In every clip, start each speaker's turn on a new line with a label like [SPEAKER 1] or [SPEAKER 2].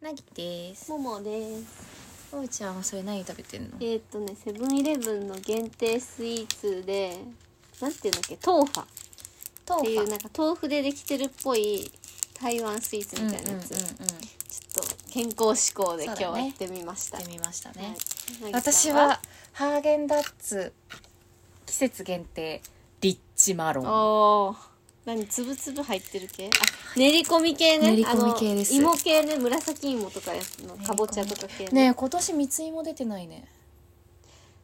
[SPEAKER 1] なぎです
[SPEAKER 2] ももです。
[SPEAKER 1] おうちゃんはそれ何食べてんの
[SPEAKER 2] えーっとね、セブンイレブンの限定スイーツで、なんていうんだっけ、豆腐っ
[SPEAKER 1] 豆
[SPEAKER 2] て
[SPEAKER 1] 腐
[SPEAKER 2] いうなんか豆腐でできてるっぽい台湾スイーツみたいなやつ。
[SPEAKER 1] うんうん
[SPEAKER 2] ちょ
[SPEAKER 1] うんうんや
[SPEAKER 2] っと健康志向で
[SPEAKER 1] そ
[SPEAKER 2] 今
[SPEAKER 1] うだ
[SPEAKER 2] 日
[SPEAKER 1] ね
[SPEAKER 2] はやってみました。
[SPEAKER 1] ってみましたね、
[SPEAKER 2] はい
[SPEAKER 1] 私はハーゲンダッツ季節限定リッチマロン
[SPEAKER 2] おー何つぶつぶ入ってる系あ練り込み系ね
[SPEAKER 1] 練り込み系です
[SPEAKER 2] あの芋系ね紫芋とかやつの
[SPEAKER 1] み
[SPEAKER 2] かぼちゃとか系
[SPEAKER 1] ねえ今年三つ芋出てないね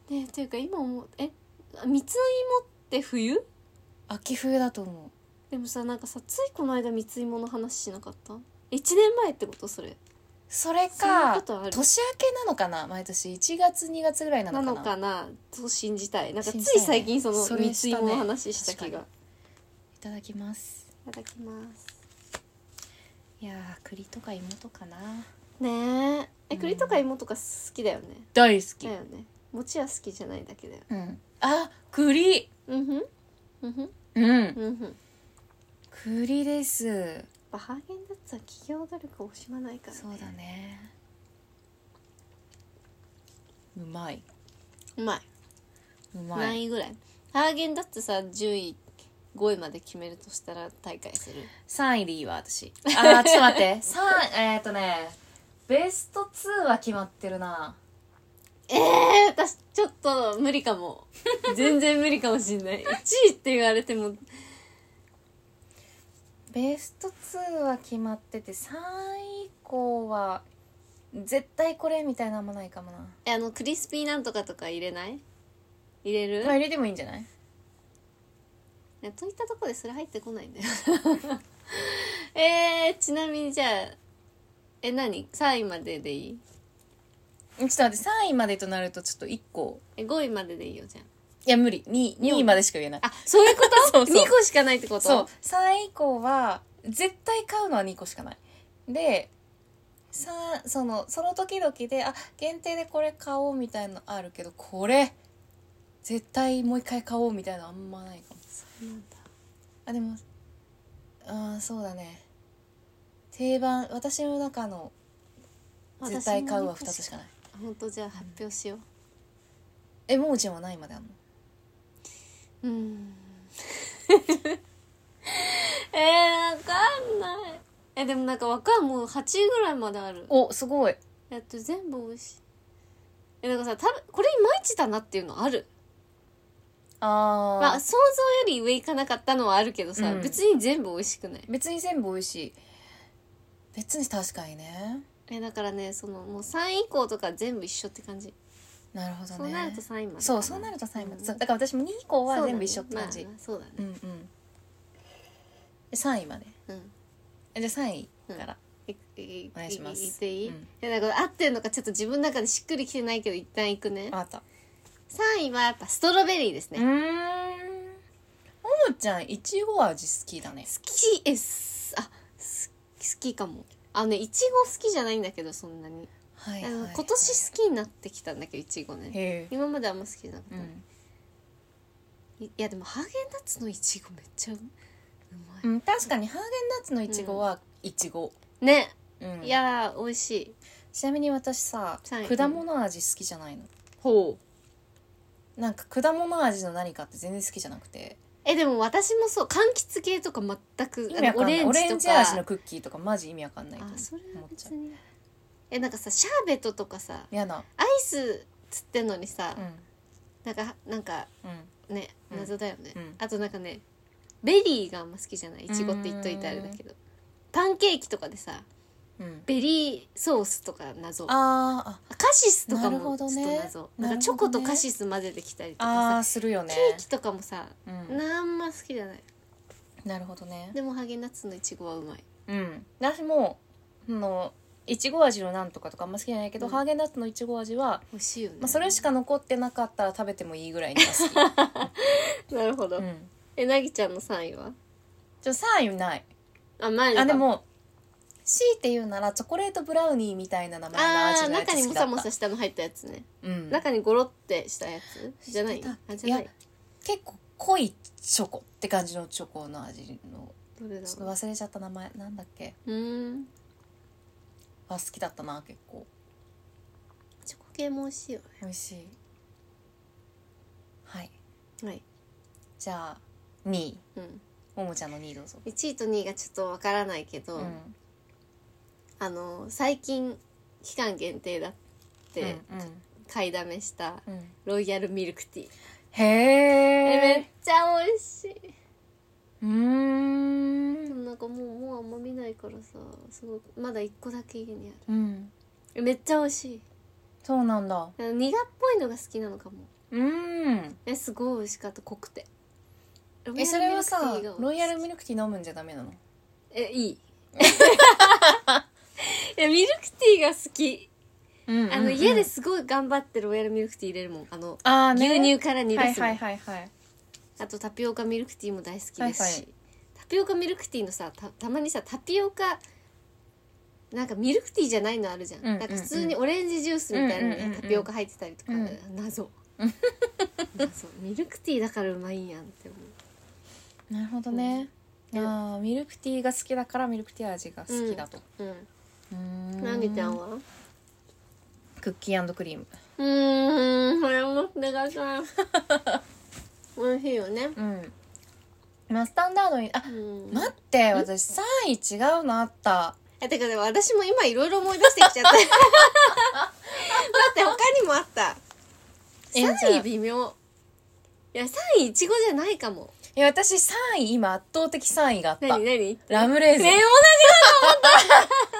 [SPEAKER 2] ねというか今もえ三つ芋って冬
[SPEAKER 1] 秋冬だと思
[SPEAKER 2] でもさなんかさついこの間三つ芋の話しなかった一年前ってことそれ
[SPEAKER 1] うそれ
[SPEAKER 2] そんな
[SPEAKER 1] か
[SPEAKER 2] ことある
[SPEAKER 1] 年明けなのかな毎年1月2月ぐらいなの
[SPEAKER 2] な
[SPEAKER 1] かな
[SPEAKER 2] のかなと信じたいなんかつ
[SPEAKER 1] 信じたい
[SPEAKER 2] い
[SPEAKER 1] ね
[SPEAKER 2] 最近その
[SPEAKER 1] それ
[SPEAKER 2] 三
[SPEAKER 1] した
[SPEAKER 2] つ
[SPEAKER 1] ね
[SPEAKER 2] 芋の話した気が、
[SPEAKER 1] 確いただきます
[SPEAKER 2] いただきます
[SPEAKER 1] いやー栗とか芋とかな
[SPEAKER 2] ねええ
[SPEAKER 1] うん
[SPEAKER 2] 栗とか芋とか好きだよね
[SPEAKER 1] 大好き
[SPEAKER 2] だよね餅は好きじゃないだけだよ
[SPEAKER 1] うんあ栗
[SPEAKER 2] うんふんうんふん
[SPEAKER 1] うん
[SPEAKER 2] うんふん
[SPEAKER 1] 栗です
[SPEAKER 2] やっぱハーゲンダッツは企業努力を惜しまないからね
[SPEAKER 1] そうだねうまいう
[SPEAKER 2] まいう
[SPEAKER 1] まい
[SPEAKER 2] 何位ぐらいハーゲンダッツさ10位5位まで決めるとしたら大会する
[SPEAKER 1] 3位でいいわ私あーちょっと待って 三えーっとねベスト2は決まってるな
[SPEAKER 2] ええ私ちょっと無理 かも全然無理かもしんない1位って言われても
[SPEAKER 1] ベスト2は決まってて3位以降は絶対これみたいなのもないかもな
[SPEAKER 2] えあのクリスピーなんとかとか入れない入れる、
[SPEAKER 1] まあ入れてもいいんじゃない
[SPEAKER 2] ねといったとこでそれ入ってこないんだよ えー、ちなみにじゃあえ何3位まででいい
[SPEAKER 1] ちょっと待って3位までとなるとちょっと1個
[SPEAKER 2] え5位まででいいよじゃん
[SPEAKER 1] いや無理 2, 2位までしか言えない
[SPEAKER 2] あそういうこと
[SPEAKER 1] そうそう
[SPEAKER 2] 2個しかないってこと
[SPEAKER 1] そう3位以降は絶対買うのは2個しかないでさそのその時々であ限定でこれ買おうみたいのあるけどこれ絶対もう一回買おうみたいのあんまないかも
[SPEAKER 2] そうなんだ
[SPEAKER 1] あでもあーそうだね定番私の中の絶対買うは2つしかない
[SPEAKER 2] 本当じゃあ発表しよ
[SPEAKER 1] えもうちゃんは何位まであんの
[SPEAKER 2] ううん えー、わかんないえでもなんかわかんもう8位ぐらいまである
[SPEAKER 1] おすごい
[SPEAKER 2] やっと全部美味しいえなんかさ食べこれいまいちだなっていうのある
[SPEAKER 1] あー、
[SPEAKER 2] まあ想像より上いかなかったのはあるけどさ、
[SPEAKER 1] うん
[SPEAKER 2] 別に全部美味しくない
[SPEAKER 1] 別に全部美味しい別に確かにね
[SPEAKER 2] えだからねそのもう3位以降とか全部一緒って感じ
[SPEAKER 1] なるほどね
[SPEAKER 2] そうなると3位まで
[SPEAKER 1] そうそうなると3位まで、
[SPEAKER 2] うん
[SPEAKER 1] そうだから私も2以降は全部一緒って感
[SPEAKER 2] そ
[SPEAKER 1] じ、
[SPEAKER 2] うだね,
[SPEAKER 1] うんうんで3位まで
[SPEAKER 2] まあ、そうだねうん
[SPEAKER 1] えじゃあ3位から、
[SPEAKER 2] いい
[SPEAKER 1] お願いします
[SPEAKER 2] いっていい、
[SPEAKER 1] うん
[SPEAKER 2] でなんか合ってるのかちょっと自分の中でしっくりきてないけど一旦行くね
[SPEAKER 1] 分かった
[SPEAKER 2] 3位はやっぱストロベリーですね、
[SPEAKER 1] うー
[SPEAKER 2] 好
[SPEAKER 1] んももちゃんいちご味好きだね
[SPEAKER 2] きえすあす好きかもあのねいちご好きじゃないんだけどそんなに、
[SPEAKER 1] はい、
[SPEAKER 2] あの
[SPEAKER 1] はい、
[SPEAKER 2] 今年好きになってきたんだけどいちごね
[SPEAKER 1] へえ
[SPEAKER 2] 今まであんま好きじゃなかった、
[SPEAKER 1] うん
[SPEAKER 2] いいやでもハーゲンダッツのいちごめっちゃううまい、
[SPEAKER 1] うん、確かにハーゲンダッツのいちごはいちご、
[SPEAKER 2] ね
[SPEAKER 1] うん、
[SPEAKER 2] いやー美味しい
[SPEAKER 1] ちなみに私さ
[SPEAKER 2] 三位
[SPEAKER 1] 果物味好きじゃないの
[SPEAKER 2] ほう
[SPEAKER 1] なんか果物味の何かって全然好きじゃなくて
[SPEAKER 2] えでも私もそう柑橘系とか全く
[SPEAKER 1] 意
[SPEAKER 2] あ
[SPEAKER 1] 味わ
[SPEAKER 2] の
[SPEAKER 1] かん
[SPEAKER 2] オ
[SPEAKER 1] ない
[SPEAKER 2] レン
[SPEAKER 1] オ
[SPEAKER 2] ジ
[SPEAKER 1] レ
[SPEAKER 2] と
[SPEAKER 1] ンジ
[SPEAKER 2] か
[SPEAKER 1] 味のクッキーとかマジ意味わかんないと思
[SPEAKER 2] あ
[SPEAKER 1] う
[SPEAKER 2] それは
[SPEAKER 1] 思っちゃ
[SPEAKER 2] 別
[SPEAKER 1] う
[SPEAKER 2] にえなんかさシャーベットとかさ
[SPEAKER 1] 嫌な
[SPEAKER 2] アイスつってんのにさ、
[SPEAKER 1] う
[SPEAKER 2] なんかなんか
[SPEAKER 1] んうん
[SPEAKER 2] ね
[SPEAKER 1] うん
[SPEAKER 2] 謎だよね、
[SPEAKER 1] うん
[SPEAKER 2] あとなんかねベリーがあんま好きじゃないいちごって言っといてあれだけどパンケーキとかでさ
[SPEAKER 1] うん、
[SPEAKER 2] ベリーソースとか謎カ
[SPEAKER 1] あーあ
[SPEAKER 2] シスとか
[SPEAKER 1] なるほ
[SPEAKER 2] もち
[SPEAKER 1] ど
[SPEAKER 2] ょっと
[SPEAKER 1] ね
[SPEAKER 2] 謎、なん
[SPEAKER 1] なるほど
[SPEAKER 2] か
[SPEAKER 1] ね
[SPEAKER 2] チョコとカシス混ぜてきたりと
[SPEAKER 1] あ
[SPEAKER 2] かさ
[SPEAKER 1] ーするよね
[SPEAKER 2] ケーキとかもさ、
[SPEAKER 1] うん
[SPEAKER 2] なんま好きじゃない
[SPEAKER 1] なるほどね
[SPEAKER 2] でもハーゲンダッツのいちごはうまい
[SPEAKER 1] うん私もあのいちご味のなんとかとかあんま好きじゃないけど、
[SPEAKER 2] うん
[SPEAKER 1] ハーゲンダッツのいちご味は、
[SPEAKER 2] 美味しいよね、
[SPEAKER 1] まあ、それしか残ってなかったら食べてもいいぐらいには好
[SPEAKER 2] なるほど、
[SPEAKER 1] き、うん、
[SPEAKER 2] えなぎちゃんの3位は
[SPEAKER 1] ちょ3位ない
[SPEAKER 2] あ前の
[SPEAKER 1] あでも強いて言うならチョコレートブラウニーみたいな名前の
[SPEAKER 2] あ
[SPEAKER 1] 味
[SPEAKER 2] ー
[SPEAKER 1] のやつ
[SPEAKER 2] 中に
[SPEAKER 1] 好
[SPEAKER 2] も
[SPEAKER 1] きだ
[SPEAKER 2] さ
[SPEAKER 1] っ
[SPEAKER 2] も
[SPEAKER 1] た
[SPEAKER 2] さしたの入ったやつね、
[SPEAKER 1] うん、
[SPEAKER 2] 中にゴロってしたやつじゃない
[SPEAKER 1] 知ってた
[SPEAKER 2] あじゃない
[SPEAKER 1] いや結構濃いチョコって感じのチョコの味の
[SPEAKER 2] どれだ
[SPEAKER 1] ちょっと
[SPEAKER 2] ろ
[SPEAKER 1] 忘れちゃった名前なんだっけ
[SPEAKER 2] ううーん
[SPEAKER 1] あ好きだったな結構
[SPEAKER 2] チョコ系も美味しいよ
[SPEAKER 1] 美味しいはい
[SPEAKER 2] ねはい
[SPEAKER 1] じゃあ2位
[SPEAKER 2] うん
[SPEAKER 1] ももちゃんの2位どうぞ
[SPEAKER 2] 1位と2位がちょっとわからないけど、
[SPEAKER 1] うん
[SPEAKER 2] あの最近期間限定だって買いだめした
[SPEAKER 1] うんうん
[SPEAKER 2] ロイヤルミルクティー、
[SPEAKER 1] へ
[SPEAKER 2] えめっ
[SPEAKER 1] え
[SPEAKER 2] ちゃ美味しい、
[SPEAKER 1] うーん
[SPEAKER 2] なんかもうもうあんま見ないからさすごいまだ1個だけ家にある
[SPEAKER 1] うん
[SPEAKER 2] えめっちゃ美味しい
[SPEAKER 1] そうなんだ
[SPEAKER 2] あの苦っぽいのが好きなのかも
[SPEAKER 1] うん
[SPEAKER 2] えすごい美味しかった濃くて
[SPEAKER 1] えそれはさロイヤル
[SPEAKER 2] ミルク
[SPEAKER 1] ミルクティー飲むんじゃダメなの
[SPEAKER 2] ティーがえいいいや ミルクティーが好き
[SPEAKER 1] うん
[SPEAKER 2] あの、家ですごい頑張ってロイヤルミルクティー入れるもんあの
[SPEAKER 1] あーね
[SPEAKER 2] 牛乳から煮出すの、
[SPEAKER 1] はいはいはいはい
[SPEAKER 2] あとタピオカミルクティーも大好きですし、
[SPEAKER 1] はいはい
[SPEAKER 2] タピオカミルクティーのさたたまにさタピオカなんかミルクティーじゃないのあるじゃん,、
[SPEAKER 1] うんうんうん
[SPEAKER 2] なんか普通にオレンジジュースみたいなの
[SPEAKER 1] うんうんうん
[SPEAKER 2] に
[SPEAKER 1] うん
[SPEAKER 2] タピオカ入ってたりとか、
[SPEAKER 1] うん
[SPEAKER 2] 謎謎ミルクティーだからうまいんやんって思う
[SPEAKER 1] なるほどねあーミルクティーが好きだからミルクティー味が好きだと
[SPEAKER 2] うん、なぎちゃんは
[SPEAKER 1] クッキークリーム
[SPEAKER 2] うーんこれも手がさ美味しいよね
[SPEAKER 1] うんまあスタンダードにあ
[SPEAKER 2] うん、
[SPEAKER 1] 待って私3位違うのあった
[SPEAKER 2] えてかでも私も今いろいろ思い出して きちゃった 待って他にもあった
[SPEAKER 1] えじゃ
[SPEAKER 2] 3
[SPEAKER 1] あ
[SPEAKER 2] 位微妙いや3位いちごじゃないかも
[SPEAKER 1] いや私3位今圧倒的3位があった
[SPEAKER 2] 何何
[SPEAKER 1] ラムレーズン
[SPEAKER 2] ね
[SPEAKER 1] 圧倒的3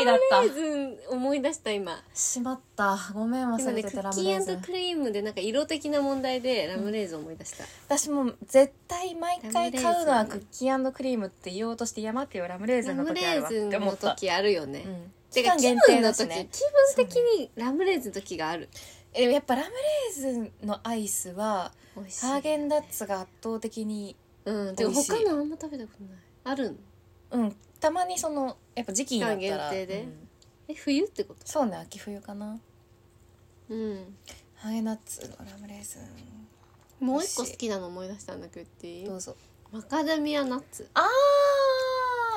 [SPEAKER 1] 位だっ
[SPEAKER 2] ラム
[SPEAKER 1] た
[SPEAKER 2] レーズン思い出した今
[SPEAKER 1] しまったごめん忘
[SPEAKER 2] 今
[SPEAKER 1] れて
[SPEAKER 2] ねク
[SPEAKER 1] てラ
[SPEAKER 2] ッ
[SPEAKER 1] ム
[SPEAKER 2] キ
[SPEAKER 1] レーズ
[SPEAKER 2] ー
[SPEAKER 1] ン
[SPEAKER 2] クリームでなんか色的な問題でラムレーズン思い出した、
[SPEAKER 1] 私もう絶対毎回買うの
[SPEAKER 2] ラ
[SPEAKER 1] は
[SPEAKER 2] ムレーズ
[SPEAKER 1] ク
[SPEAKER 2] ン
[SPEAKER 1] ッキークリームって言おうとして山ってよラムレーズン
[SPEAKER 2] ラ
[SPEAKER 1] の
[SPEAKER 2] ム
[SPEAKER 1] 時ある
[SPEAKER 2] レー
[SPEAKER 1] わっ
[SPEAKER 2] ズン
[SPEAKER 1] て思
[SPEAKER 2] の
[SPEAKER 1] った、
[SPEAKER 2] 時あるよね、
[SPEAKER 1] うん、
[SPEAKER 2] て
[SPEAKER 1] 期
[SPEAKER 2] か
[SPEAKER 1] 間
[SPEAKER 2] 気
[SPEAKER 1] 限
[SPEAKER 2] 分
[SPEAKER 1] 定
[SPEAKER 2] の
[SPEAKER 1] だ
[SPEAKER 2] 時、
[SPEAKER 1] しね
[SPEAKER 2] 気分的にラムレーズンの時がある
[SPEAKER 1] えでもやっぱラムレーズンのアイスは
[SPEAKER 2] 美味しい
[SPEAKER 1] ハーゲンダッツが圧倒的に
[SPEAKER 2] うんでも
[SPEAKER 1] 美味しい
[SPEAKER 2] 他のあんま食べたことないあるの
[SPEAKER 1] うんたまにそのやっぱ時期になった
[SPEAKER 2] 期
[SPEAKER 1] ら
[SPEAKER 2] 間限定で
[SPEAKER 1] うん
[SPEAKER 2] え冬ってこと
[SPEAKER 1] そうね秋冬かな
[SPEAKER 2] うん
[SPEAKER 1] ハーゲンダッツのラムレーズン
[SPEAKER 2] もう一個好きなの思い出したんだけど言っていい
[SPEAKER 1] どうぞ
[SPEAKER 2] マカダミアナッツ
[SPEAKER 1] あ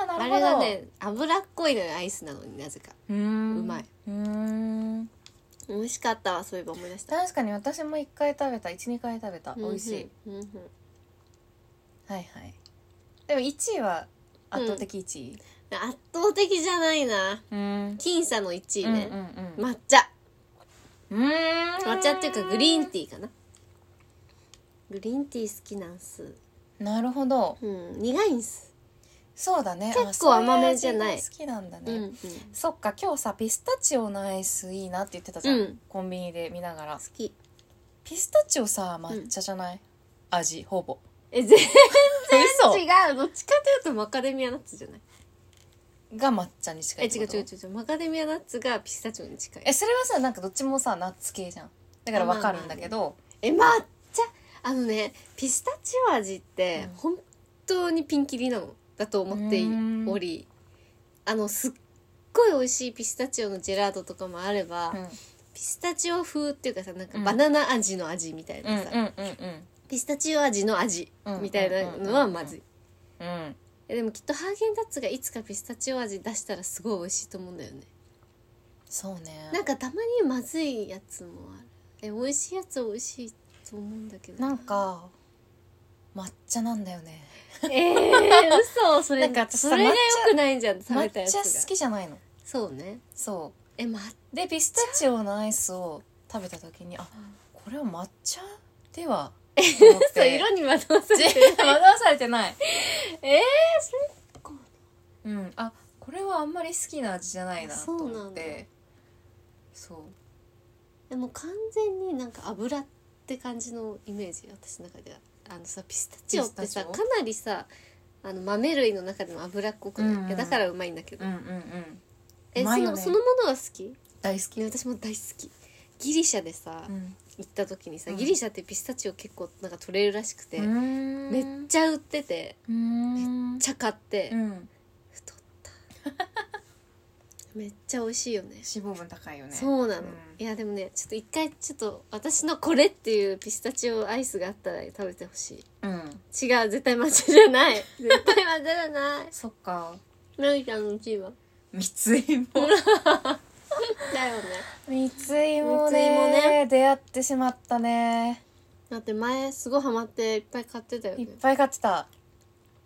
[SPEAKER 1] ーなる
[SPEAKER 2] あ
[SPEAKER 1] ほど
[SPEAKER 2] れがね脂っこいのよアイスなのになぜか
[SPEAKER 1] うーん
[SPEAKER 2] うまいう
[SPEAKER 1] ーん
[SPEAKER 2] 美味しかったわそういえば思い出した
[SPEAKER 1] 確かに私も1回食べた12回食べた美味しい、
[SPEAKER 2] うんうん
[SPEAKER 1] はいはいでも1位は圧倒的1位
[SPEAKER 2] 圧倒的じゃないな
[SPEAKER 1] うん
[SPEAKER 2] 僅差の1位ね、
[SPEAKER 1] うんうん
[SPEAKER 2] 抹茶
[SPEAKER 1] うんうーん
[SPEAKER 2] 抹茶っていうかグリーンティーかなグリーンティー好きなんす
[SPEAKER 1] なるほど
[SPEAKER 2] うん苦いんす
[SPEAKER 1] そうだね
[SPEAKER 2] 結構甘めじゃない
[SPEAKER 1] あそうう味が好きなんだ
[SPEAKER 2] う
[SPEAKER 1] ね、
[SPEAKER 2] んうん好
[SPEAKER 1] そっか今日さピスタチオのアイスいいなって言ってたじゃん、
[SPEAKER 2] うん
[SPEAKER 1] コンビニで見ながら
[SPEAKER 2] き
[SPEAKER 1] ピスタチオさ抹茶じゃない、味ほぼ
[SPEAKER 2] え全
[SPEAKER 1] 嘘
[SPEAKER 2] 然違うどっちかというとマカデミアナッツじゃない
[SPEAKER 1] が抹茶に近
[SPEAKER 2] え
[SPEAKER 1] いって
[SPEAKER 2] 違う
[SPEAKER 1] こと
[SPEAKER 2] 違う違う違うマカデミアナッツがピスタチオに近い
[SPEAKER 1] えそれはさなんかどっちもさナッツ系じゃんだからわかるんだけど、
[SPEAKER 2] え抹茶あのねピスタチオ味って
[SPEAKER 1] うん
[SPEAKER 2] 本当にピンキリなのだと思って
[SPEAKER 1] うん
[SPEAKER 2] おりあのすっごい美味しいピスタチオのジェラートとかもあれば、
[SPEAKER 1] うん
[SPEAKER 2] ピスタチオ風っていうかさなんか
[SPEAKER 1] うん
[SPEAKER 2] バナナ味の味みたいなさ、
[SPEAKER 1] うんうんうん
[SPEAKER 2] ピスタチオ味の味みたいなのはまずい
[SPEAKER 1] うんうん
[SPEAKER 2] えでもきっとハーゲンダッツがいつかピスタチオ味出したらすごい美味しいと思うんだよね
[SPEAKER 1] そうね
[SPEAKER 2] なんかたまにまずいやつもあるえ美味しいやつは美味しいと思うんだけど
[SPEAKER 1] なんか抹茶なんだよね
[SPEAKER 2] えー、 嘘それ
[SPEAKER 1] なんか私さ
[SPEAKER 2] それが
[SPEAKER 1] 抹
[SPEAKER 2] よ
[SPEAKER 1] 茶
[SPEAKER 2] くないじゃん食
[SPEAKER 1] 抹
[SPEAKER 2] べたやつ
[SPEAKER 1] 茶
[SPEAKER 2] が
[SPEAKER 1] 好きじゃないの
[SPEAKER 2] そうね
[SPEAKER 1] そ
[SPEAKER 2] え抹
[SPEAKER 1] うでピスタチオのアイスを食べた時にあこれは抹茶ではと思っ
[SPEAKER 2] 茶
[SPEAKER 1] て
[SPEAKER 2] 色にまとわせて
[SPEAKER 1] 違う惑わされてない
[SPEAKER 2] え
[SPEAKER 1] うんあこれはあんまり好きな味じゃないなと
[SPEAKER 2] そうな
[SPEAKER 1] 思っ
[SPEAKER 2] んだ
[SPEAKER 1] てそう
[SPEAKER 2] でも完全になんか油って感じのイメージ私の中ではあのさピスタチオってさ
[SPEAKER 1] ピスタ
[SPEAKER 2] か
[SPEAKER 1] チオ
[SPEAKER 2] なりさあの豆類の中でも油っこくない、
[SPEAKER 1] うん
[SPEAKER 2] だからうまいんだけど、
[SPEAKER 1] うんうんうん
[SPEAKER 2] え
[SPEAKER 1] う
[SPEAKER 2] そ
[SPEAKER 1] まいよ
[SPEAKER 2] の
[SPEAKER 1] ね
[SPEAKER 2] そのものは好き
[SPEAKER 1] 大好き
[SPEAKER 2] いや私も大好きギリシャでさ、
[SPEAKER 1] うん
[SPEAKER 2] 行った時にさ
[SPEAKER 1] うん
[SPEAKER 2] ギリシャってピスタチオ結構なんか取れるらしくて、めっ
[SPEAKER 1] め
[SPEAKER 2] ちゃ売ってて
[SPEAKER 1] めっ
[SPEAKER 2] 茶買って、
[SPEAKER 1] うん
[SPEAKER 2] 太っためっちゃ美味しいよね
[SPEAKER 1] 脂肪分高いよね
[SPEAKER 2] そうなの、
[SPEAKER 1] ん
[SPEAKER 2] いやでもねちょっと一回ちょっと私のこれっていうピスタチオアイスがあったら食べてほしい
[SPEAKER 1] うん
[SPEAKER 2] 違う絶対抹茶じゃない絶対抹茶じゃない
[SPEAKER 1] そっか
[SPEAKER 2] なぎちゃんの1位は
[SPEAKER 1] 蜜 芋
[SPEAKER 2] だよね
[SPEAKER 1] 蜜芋ね
[SPEAKER 2] 蜜芋ね
[SPEAKER 1] 出会ってしまったね
[SPEAKER 2] だって前すごいハマっていっぱい買ってたよ
[SPEAKER 1] い
[SPEAKER 2] ね
[SPEAKER 1] っぱい買ってた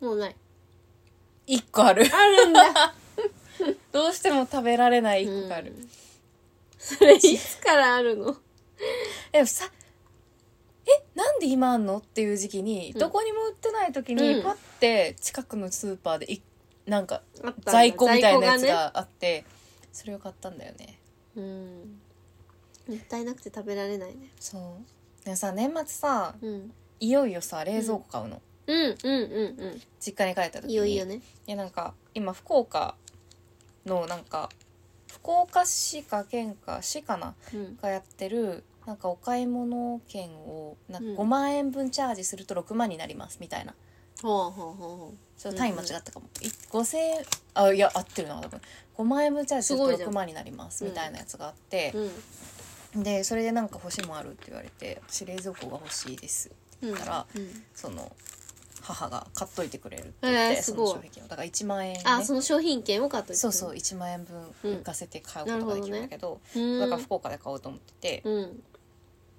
[SPEAKER 2] もうない
[SPEAKER 1] 一個ある
[SPEAKER 2] ある んだ
[SPEAKER 1] どうしても食べられない一個がある、
[SPEAKER 2] うんそれいつからあるの
[SPEAKER 1] でもさえなんで今あんのっていう時期に、
[SPEAKER 2] うん
[SPEAKER 1] どこにも売ってない時に、
[SPEAKER 2] うん
[SPEAKER 1] パッて近くのスーパーでいなんか
[SPEAKER 2] あったんだ
[SPEAKER 1] 在庫みたいなやつ
[SPEAKER 2] 在庫がね
[SPEAKER 1] があって、それを買ったんだよね
[SPEAKER 2] うんもったいなくて食べられないね
[SPEAKER 1] そうでもさ年末さ
[SPEAKER 2] うん
[SPEAKER 1] いよいよさ冷蔵庫買うの、
[SPEAKER 2] うんうんうん
[SPEAKER 1] 実家に帰った
[SPEAKER 2] う
[SPEAKER 1] 時
[SPEAKER 2] ん
[SPEAKER 1] に
[SPEAKER 2] いよいよね
[SPEAKER 1] いやなんか今福岡のなんか福岡市か県か市かな
[SPEAKER 2] うん
[SPEAKER 1] がやってるなんかお買い物券をなん
[SPEAKER 2] うん
[SPEAKER 1] か5万円分チャージすると6万になりますみたいな
[SPEAKER 2] ほうほうほうほ
[SPEAKER 1] ちょっと単位間違ったかも、い5000円あいや合ってるな多分5万円分チャージする
[SPEAKER 2] すご
[SPEAKER 1] と
[SPEAKER 2] いじゃん
[SPEAKER 1] 6万になりますみたいなやつがあって
[SPEAKER 2] う、うん
[SPEAKER 1] でそれでなんか欲しいもんあるって言われて私冷蔵庫が欲しいです
[SPEAKER 2] うん
[SPEAKER 1] だから
[SPEAKER 2] うん
[SPEAKER 1] その母が買っといてくれるって言っ
[SPEAKER 2] え
[SPEAKER 1] て、
[SPEAKER 2] ーす
[SPEAKER 1] そ
[SPEAKER 2] ご
[SPEAKER 1] の商
[SPEAKER 2] い
[SPEAKER 1] 品券をだから1万円、ね、
[SPEAKER 2] あその商品券を買っといて
[SPEAKER 1] そうそう1万円分浮かせて買うことができるんだけど,、
[SPEAKER 2] うん
[SPEAKER 1] だから福岡で買おうと思ってて、
[SPEAKER 2] うん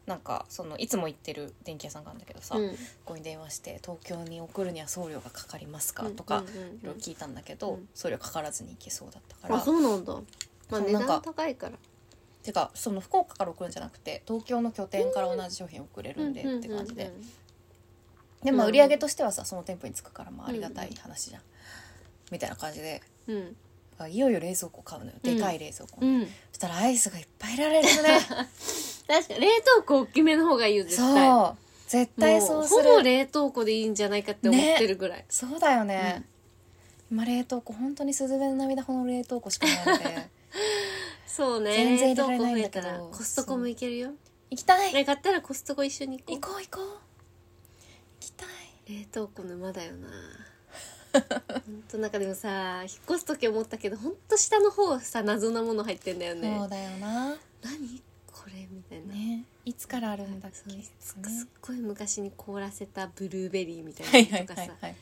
[SPEAKER 1] なんかそのいつも行ってる電気屋さんがあるんだけどさ、
[SPEAKER 2] うん
[SPEAKER 1] ここに電話して「東京に送るには送料がかかりますか?」と
[SPEAKER 2] う
[SPEAKER 1] か
[SPEAKER 2] んうんうん
[SPEAKER 1] いろいろ聞いたんだけど、
[SPEAKER 2] うん
[SPEAKER 1] 送料かからずに行けそうだったから
[SPEAKER 2] あそうなんだまあ
[SPEAKER 1] そう
[SPEAKER 2] 値
[SPEAKER 1] なんか
[SPEAKER 2] 段高いから
[SPEAKER 1] てかその福岡から送るんじゃなくて東京の拠点から同じ商品送れるんでって感じで、
[SPEAKER 2] うんうんうん
[SPEAKER 1] でまあ
[SPEAKER 2] う
[SPEAKER 1] 売
[SPEAKER 2] ん
[SPEAKER 1] り上げとしてはさその店舗に着くからまあありがたい話じゃん、みたいな感じで
[SPEAKER 2] うん
[SPEAKER 1] いよいよ冷蔵庫買うのよでかい冷蔵庫、
[SPEAKER 2] うん
[SPEAKER 1] そしたらアイスがいっぱいいられるね
[SPEAKER 2] 確か冷凍庫大きめの方がいいよ 絶対
[SPEAKER 1] そ
[SPEAKER 2] もう
[SPEAKER 1] う絶対そうす
[SPEAKER 2] ほぼ
[SPEAKER 1] る
[SPEAKER 2] 冷凍庫でいいんじゃないかって思ってるぐらい
[SPEAKER 1] そうだよね、今冷凍庫本当に「すずめの涙」ほどの冷凍庫しかないの で
[SPEAKER 2] そうね
[SPEAKER 1] 全然
[SPEAKER 2] 冷
[SPEAKER 1] 入れ
[SPEAKER 2] 凍
[SPEAKER 1] られ
[SPEAKER 2] 庫
[SPEAKER 1] ない
[SPEAKER 2] 増
[SPEAKER 1] ん
[SPEAKER 2] え
[SPEAKER 1] だけ
[SPEAKER 2] た
[SPEAKER 1] ど
[SPEAKER 2] らコストコも行けるよ
[SPEAKER 1] 行きたい
[SPEAKER 2] ね買ったらコストコ一緒に行
[SPEAKER 1] 行
[SPEAKER 2] こ
[SPEAKER 1] こう行こう行きたいう
[SPEAKER 2] 冷凍庫沼だよなほんとなんかでもさ引っ越す時思ったけどほんと下の方さ謎なもの入ってんだよね
[SPEAKER 1] そうだよな
[SPEAKER 2] 何これみたいな
[SPEAKER 1] ねいつからあるんだっ
[SPEAKER 2] そ
[SPEAKER 1] け、
[SPEAKER 2] う
[SPEAKER 1] ね、
[SPEAKER 2] すっごい昔に凍らせたブルーベリーみた
[SPEAKER 1] はい
[SPEAKER 2] い
[SPEAKER 1] は
[SPEAKER 2] なの
[SPEAKER 1] い
[SPEAKER 2] とか
[SPEAKER 1] は
[SPEAKER 2] さ
[SPEAKER 1] いはい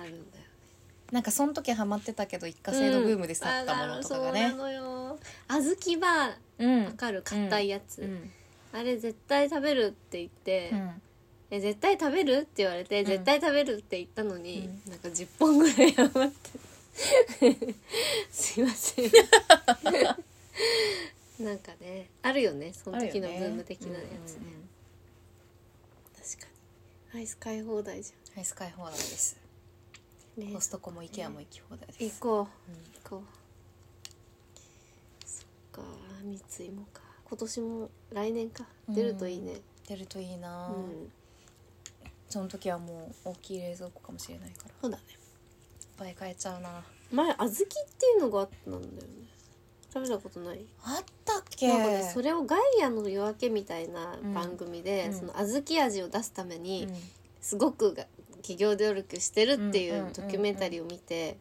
[SPEAKER 2] あるんだよ
[SPEAKER 1] なんかその時ハマってたけど一過性のブームで去ったものとかが
[SPEAKER 2] うんあ
[SPEAKER 1] ね
[SPEAKER 2] そうなのよ小豆バ
[SPEAKER 1] うん
[SPEAKER 2] ーわかる硬いやつ、
[SPEAKER 1] うん
[SPEAKER 2] あれ絶対食べるって言って、
[SPEAKER 1] うん
[SPEAKER 2] え絶対食べるって言われて、
[SPEAKER 1] ん
[SPEAKER 2] 絶対食べるって言ったのに、なんか10本ぐらい余って すいませんなんかねあるよねその時のブーム的なやつ
[SPEAKER 1] う
[SPEAKER 2] ね
[SPEAKER 1] んうんうん
[SPEAKER 2] 確かにアイス買い放題じ
[SPEAKER 1] アイス買い放題です
[SPEAKER 2] ゃん、ね
[SPEAKER 1] コストコも IKEA も行き放題で
[SPEAKER 2] 行
[SPEAKER 1] す
[SPEAKER 2] こう、
[SPEAKER 1] うん
[SPEAKER 2] 行こうそっか三井もか今年も来年か出るといいね
[SPEAKER 1] 出るといいな
[SPEAKER 2] うん、
[SPEAKER 1] ぁ、その時はもう大きい冷蔵庫かもしれないからいっ
[SPEAKER 2] そうだね
[SPEAKER 1] ぱい買えちゃうな
[SPEAKER 2] 前小豆っていうのがあったんだよね食べたことない、
[SPEAKER 1] あったっけ
[SPEAKER 2] なんかねそれを「ガイアの夜明け」みたいな番組で、
[SPEAKER 1] うん
[SPEAKER 2] その小豆味を出すため
[SPEAKER 1] う
[SPEAKER 2] に
[SPEAKER 1] ん
[SPEAKER 2] すごくが企業努力してるってい
[SPEAKER 1] んうんうんう
[SPEAKER 2] うんドキュメンタリーを見て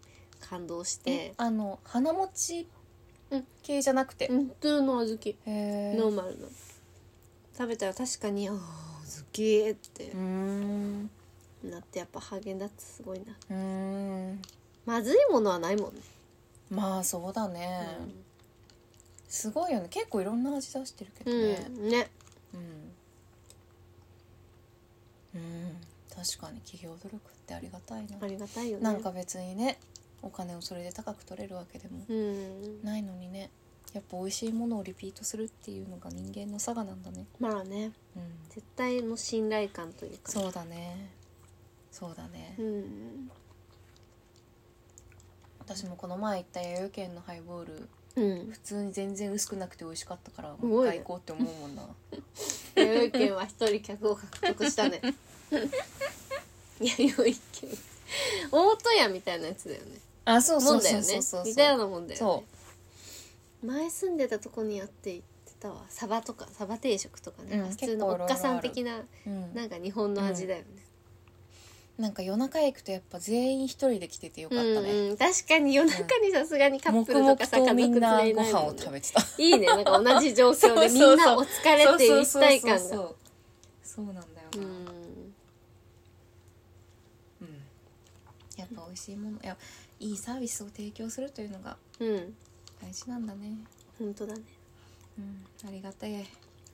[SPEAKER 2] 感動し
[SPEAKER 1] え
[SPEAKER 2] て、
[SPEAKER 1] あの花餅
[SPEAKER 2] うん
[SPEAKER 1] 系じゃなくて、
[SPEAKER 2] うん、普通の小豆
[SPEAKER 1] へえ
[SPEAKER 2] ノーマルの食べたら確かに「ああ好き」って
[SPEAKER 1] うーん
[SPEAKER 2] なってやっぱハーゲンダッツすごいな
[SPEAKER 1] うーん
[SPEAKER 2] まずいものはないもんね、
[SPEAKER 1] まあそうだね、すごいよね結構いろんな味出してるけ
[SPEAKER 2] う
[SPEAKER 1] ど
[SPEAKER 2] ん
[SPEAKER 1] ね
[SPEAKER 2] うんね
[SPEAKER 1] うん、うん、確かに企業努力ってありがたいな
[SPEAKER 2] ありがたいよね
[SPEAKER 1] なんか別にねお金をそれで高く取れるわけでも
[SPEAKER 2] うん
[SPEAKER 1] ないのにねやっぱ美味しいものをリピートするっていうのが人間の差がなんだね
[SPEAKER 2] まあね
[SPEAKER 1] うん
[SPEAKER 2] 絶対の信頼感というか
[SPEAKER 1] そうだねそうだね、
[SPEAKER 2] うん
[SPEAKER 1] 私もこの前行った弥生県のハイボール
[SPEAKER 2] うん
[SPEAKER 1] 普通に全然薄くなくて美味しかったから
[SPEAKER 2] すご
[SPEAKER 1] も
[SPEAKER 2] いうね
[SPEAKER 1] 一回行こうって思うもんな
[SPEAKER 2] 弥生県は一人客を獲得した ね弥生県大戸屋みたいなやつだよね
[SPEAKER 1] あそう
[SPEAKER 2] も
[SPEAKER 1] そ
[SPEAKER 2] ん
[SPEAKER 1] う
[SPEAKER 2] だ
[SPEAKER 1] そ
[SPEAKER 2] よ
[SPEAKER 1] うそ
[SPEAKER 2] ね
[SPEAKER 1] うそう
[SPEAKER 2] 似たようなもんだよ、ね、
[SPEAKER 1] そう
[SPEAKER 2] 前住んでたとこにあって行ってたわサバとかサバ定食とかね、
[SPEAKER 1] うん
[SPEAKER 2] 普通のおっかさん的な
[SPEAKER 1] うん
[SPEAKER 2] なんか日本の味だよね、
[SPEAKER 1] なんか夜中行くとやっぱ全員一人で来ててよか
[SPEAKER 2] う
[SPEAKER 1] っ
[SPEAKER 2] ん
[SPEAKER 1] たね、
[SPEAKER 2] うん確かに夜中にさすがにカップ
[SPEAKER 1] 黙
[SPEAKER 2] ルと
[SPEAKER 1] 々
[SPEAKER 2] かさ
[SPEAKER 1] とみんな
[SPEAKER 2] 家
[SPEAKER 1] ご
[SPEAKER 2] 族連れいない
[SPEAKER 1] 飯
[SPEAKER 2] も
[SPEAKER 1] を
[SPEAKER 2] んね
[SPEAKER 1] 食べてた
[SPEAKER 2] いいねなんか同じ状況でみ
[SPEAKER 1] そうそ
[SPEAKER 2] ん
[SPEAKER 1] う
[SPEAKER 2] な
[SPEAKER 1] そう
[SPEAKER 2] お疲れっていう一体感が
[SPEAKER 1] そうそうそうそうそうなんだよ
[SPEAKER 2] う
[SPEAKER 1] な、
[SPEAKER 2] ん
[SPEAKER 1] うんやっぱ美味しいものいやいいサービスを提供するというのが
[SPEAKER 2] うん
[SPEAKER 1] 大事なんだね
[SPEAKER 2] 本当だね
[SPEAKER 1] うんありがたいあ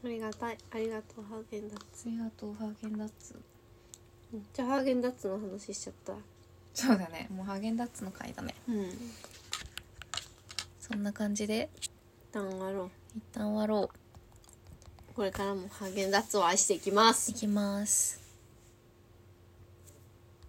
[SPEAKER 2] ありがたいありがとうハーゲンダッツ
[SPEAKER 1] りがとうハーゲンダッツ
[SPEAKER 2] じゃあハーゲンダッツの話しちゃった
[SPEAKER 1] そうだねもうハーゲンダッツの回だね
[SPEAKER 2] うん
[SPEAKER 1] そんな感じで
[SPEAKER 2] 一旦終わろう
[SPEAKER 1] 一旦終わろ
[SPEAKER 2] これからもハーゲンダッツを愛していきま
[SPEAKER 1] う
[SPEAKER 2] す
[SPEAKER 1] いきます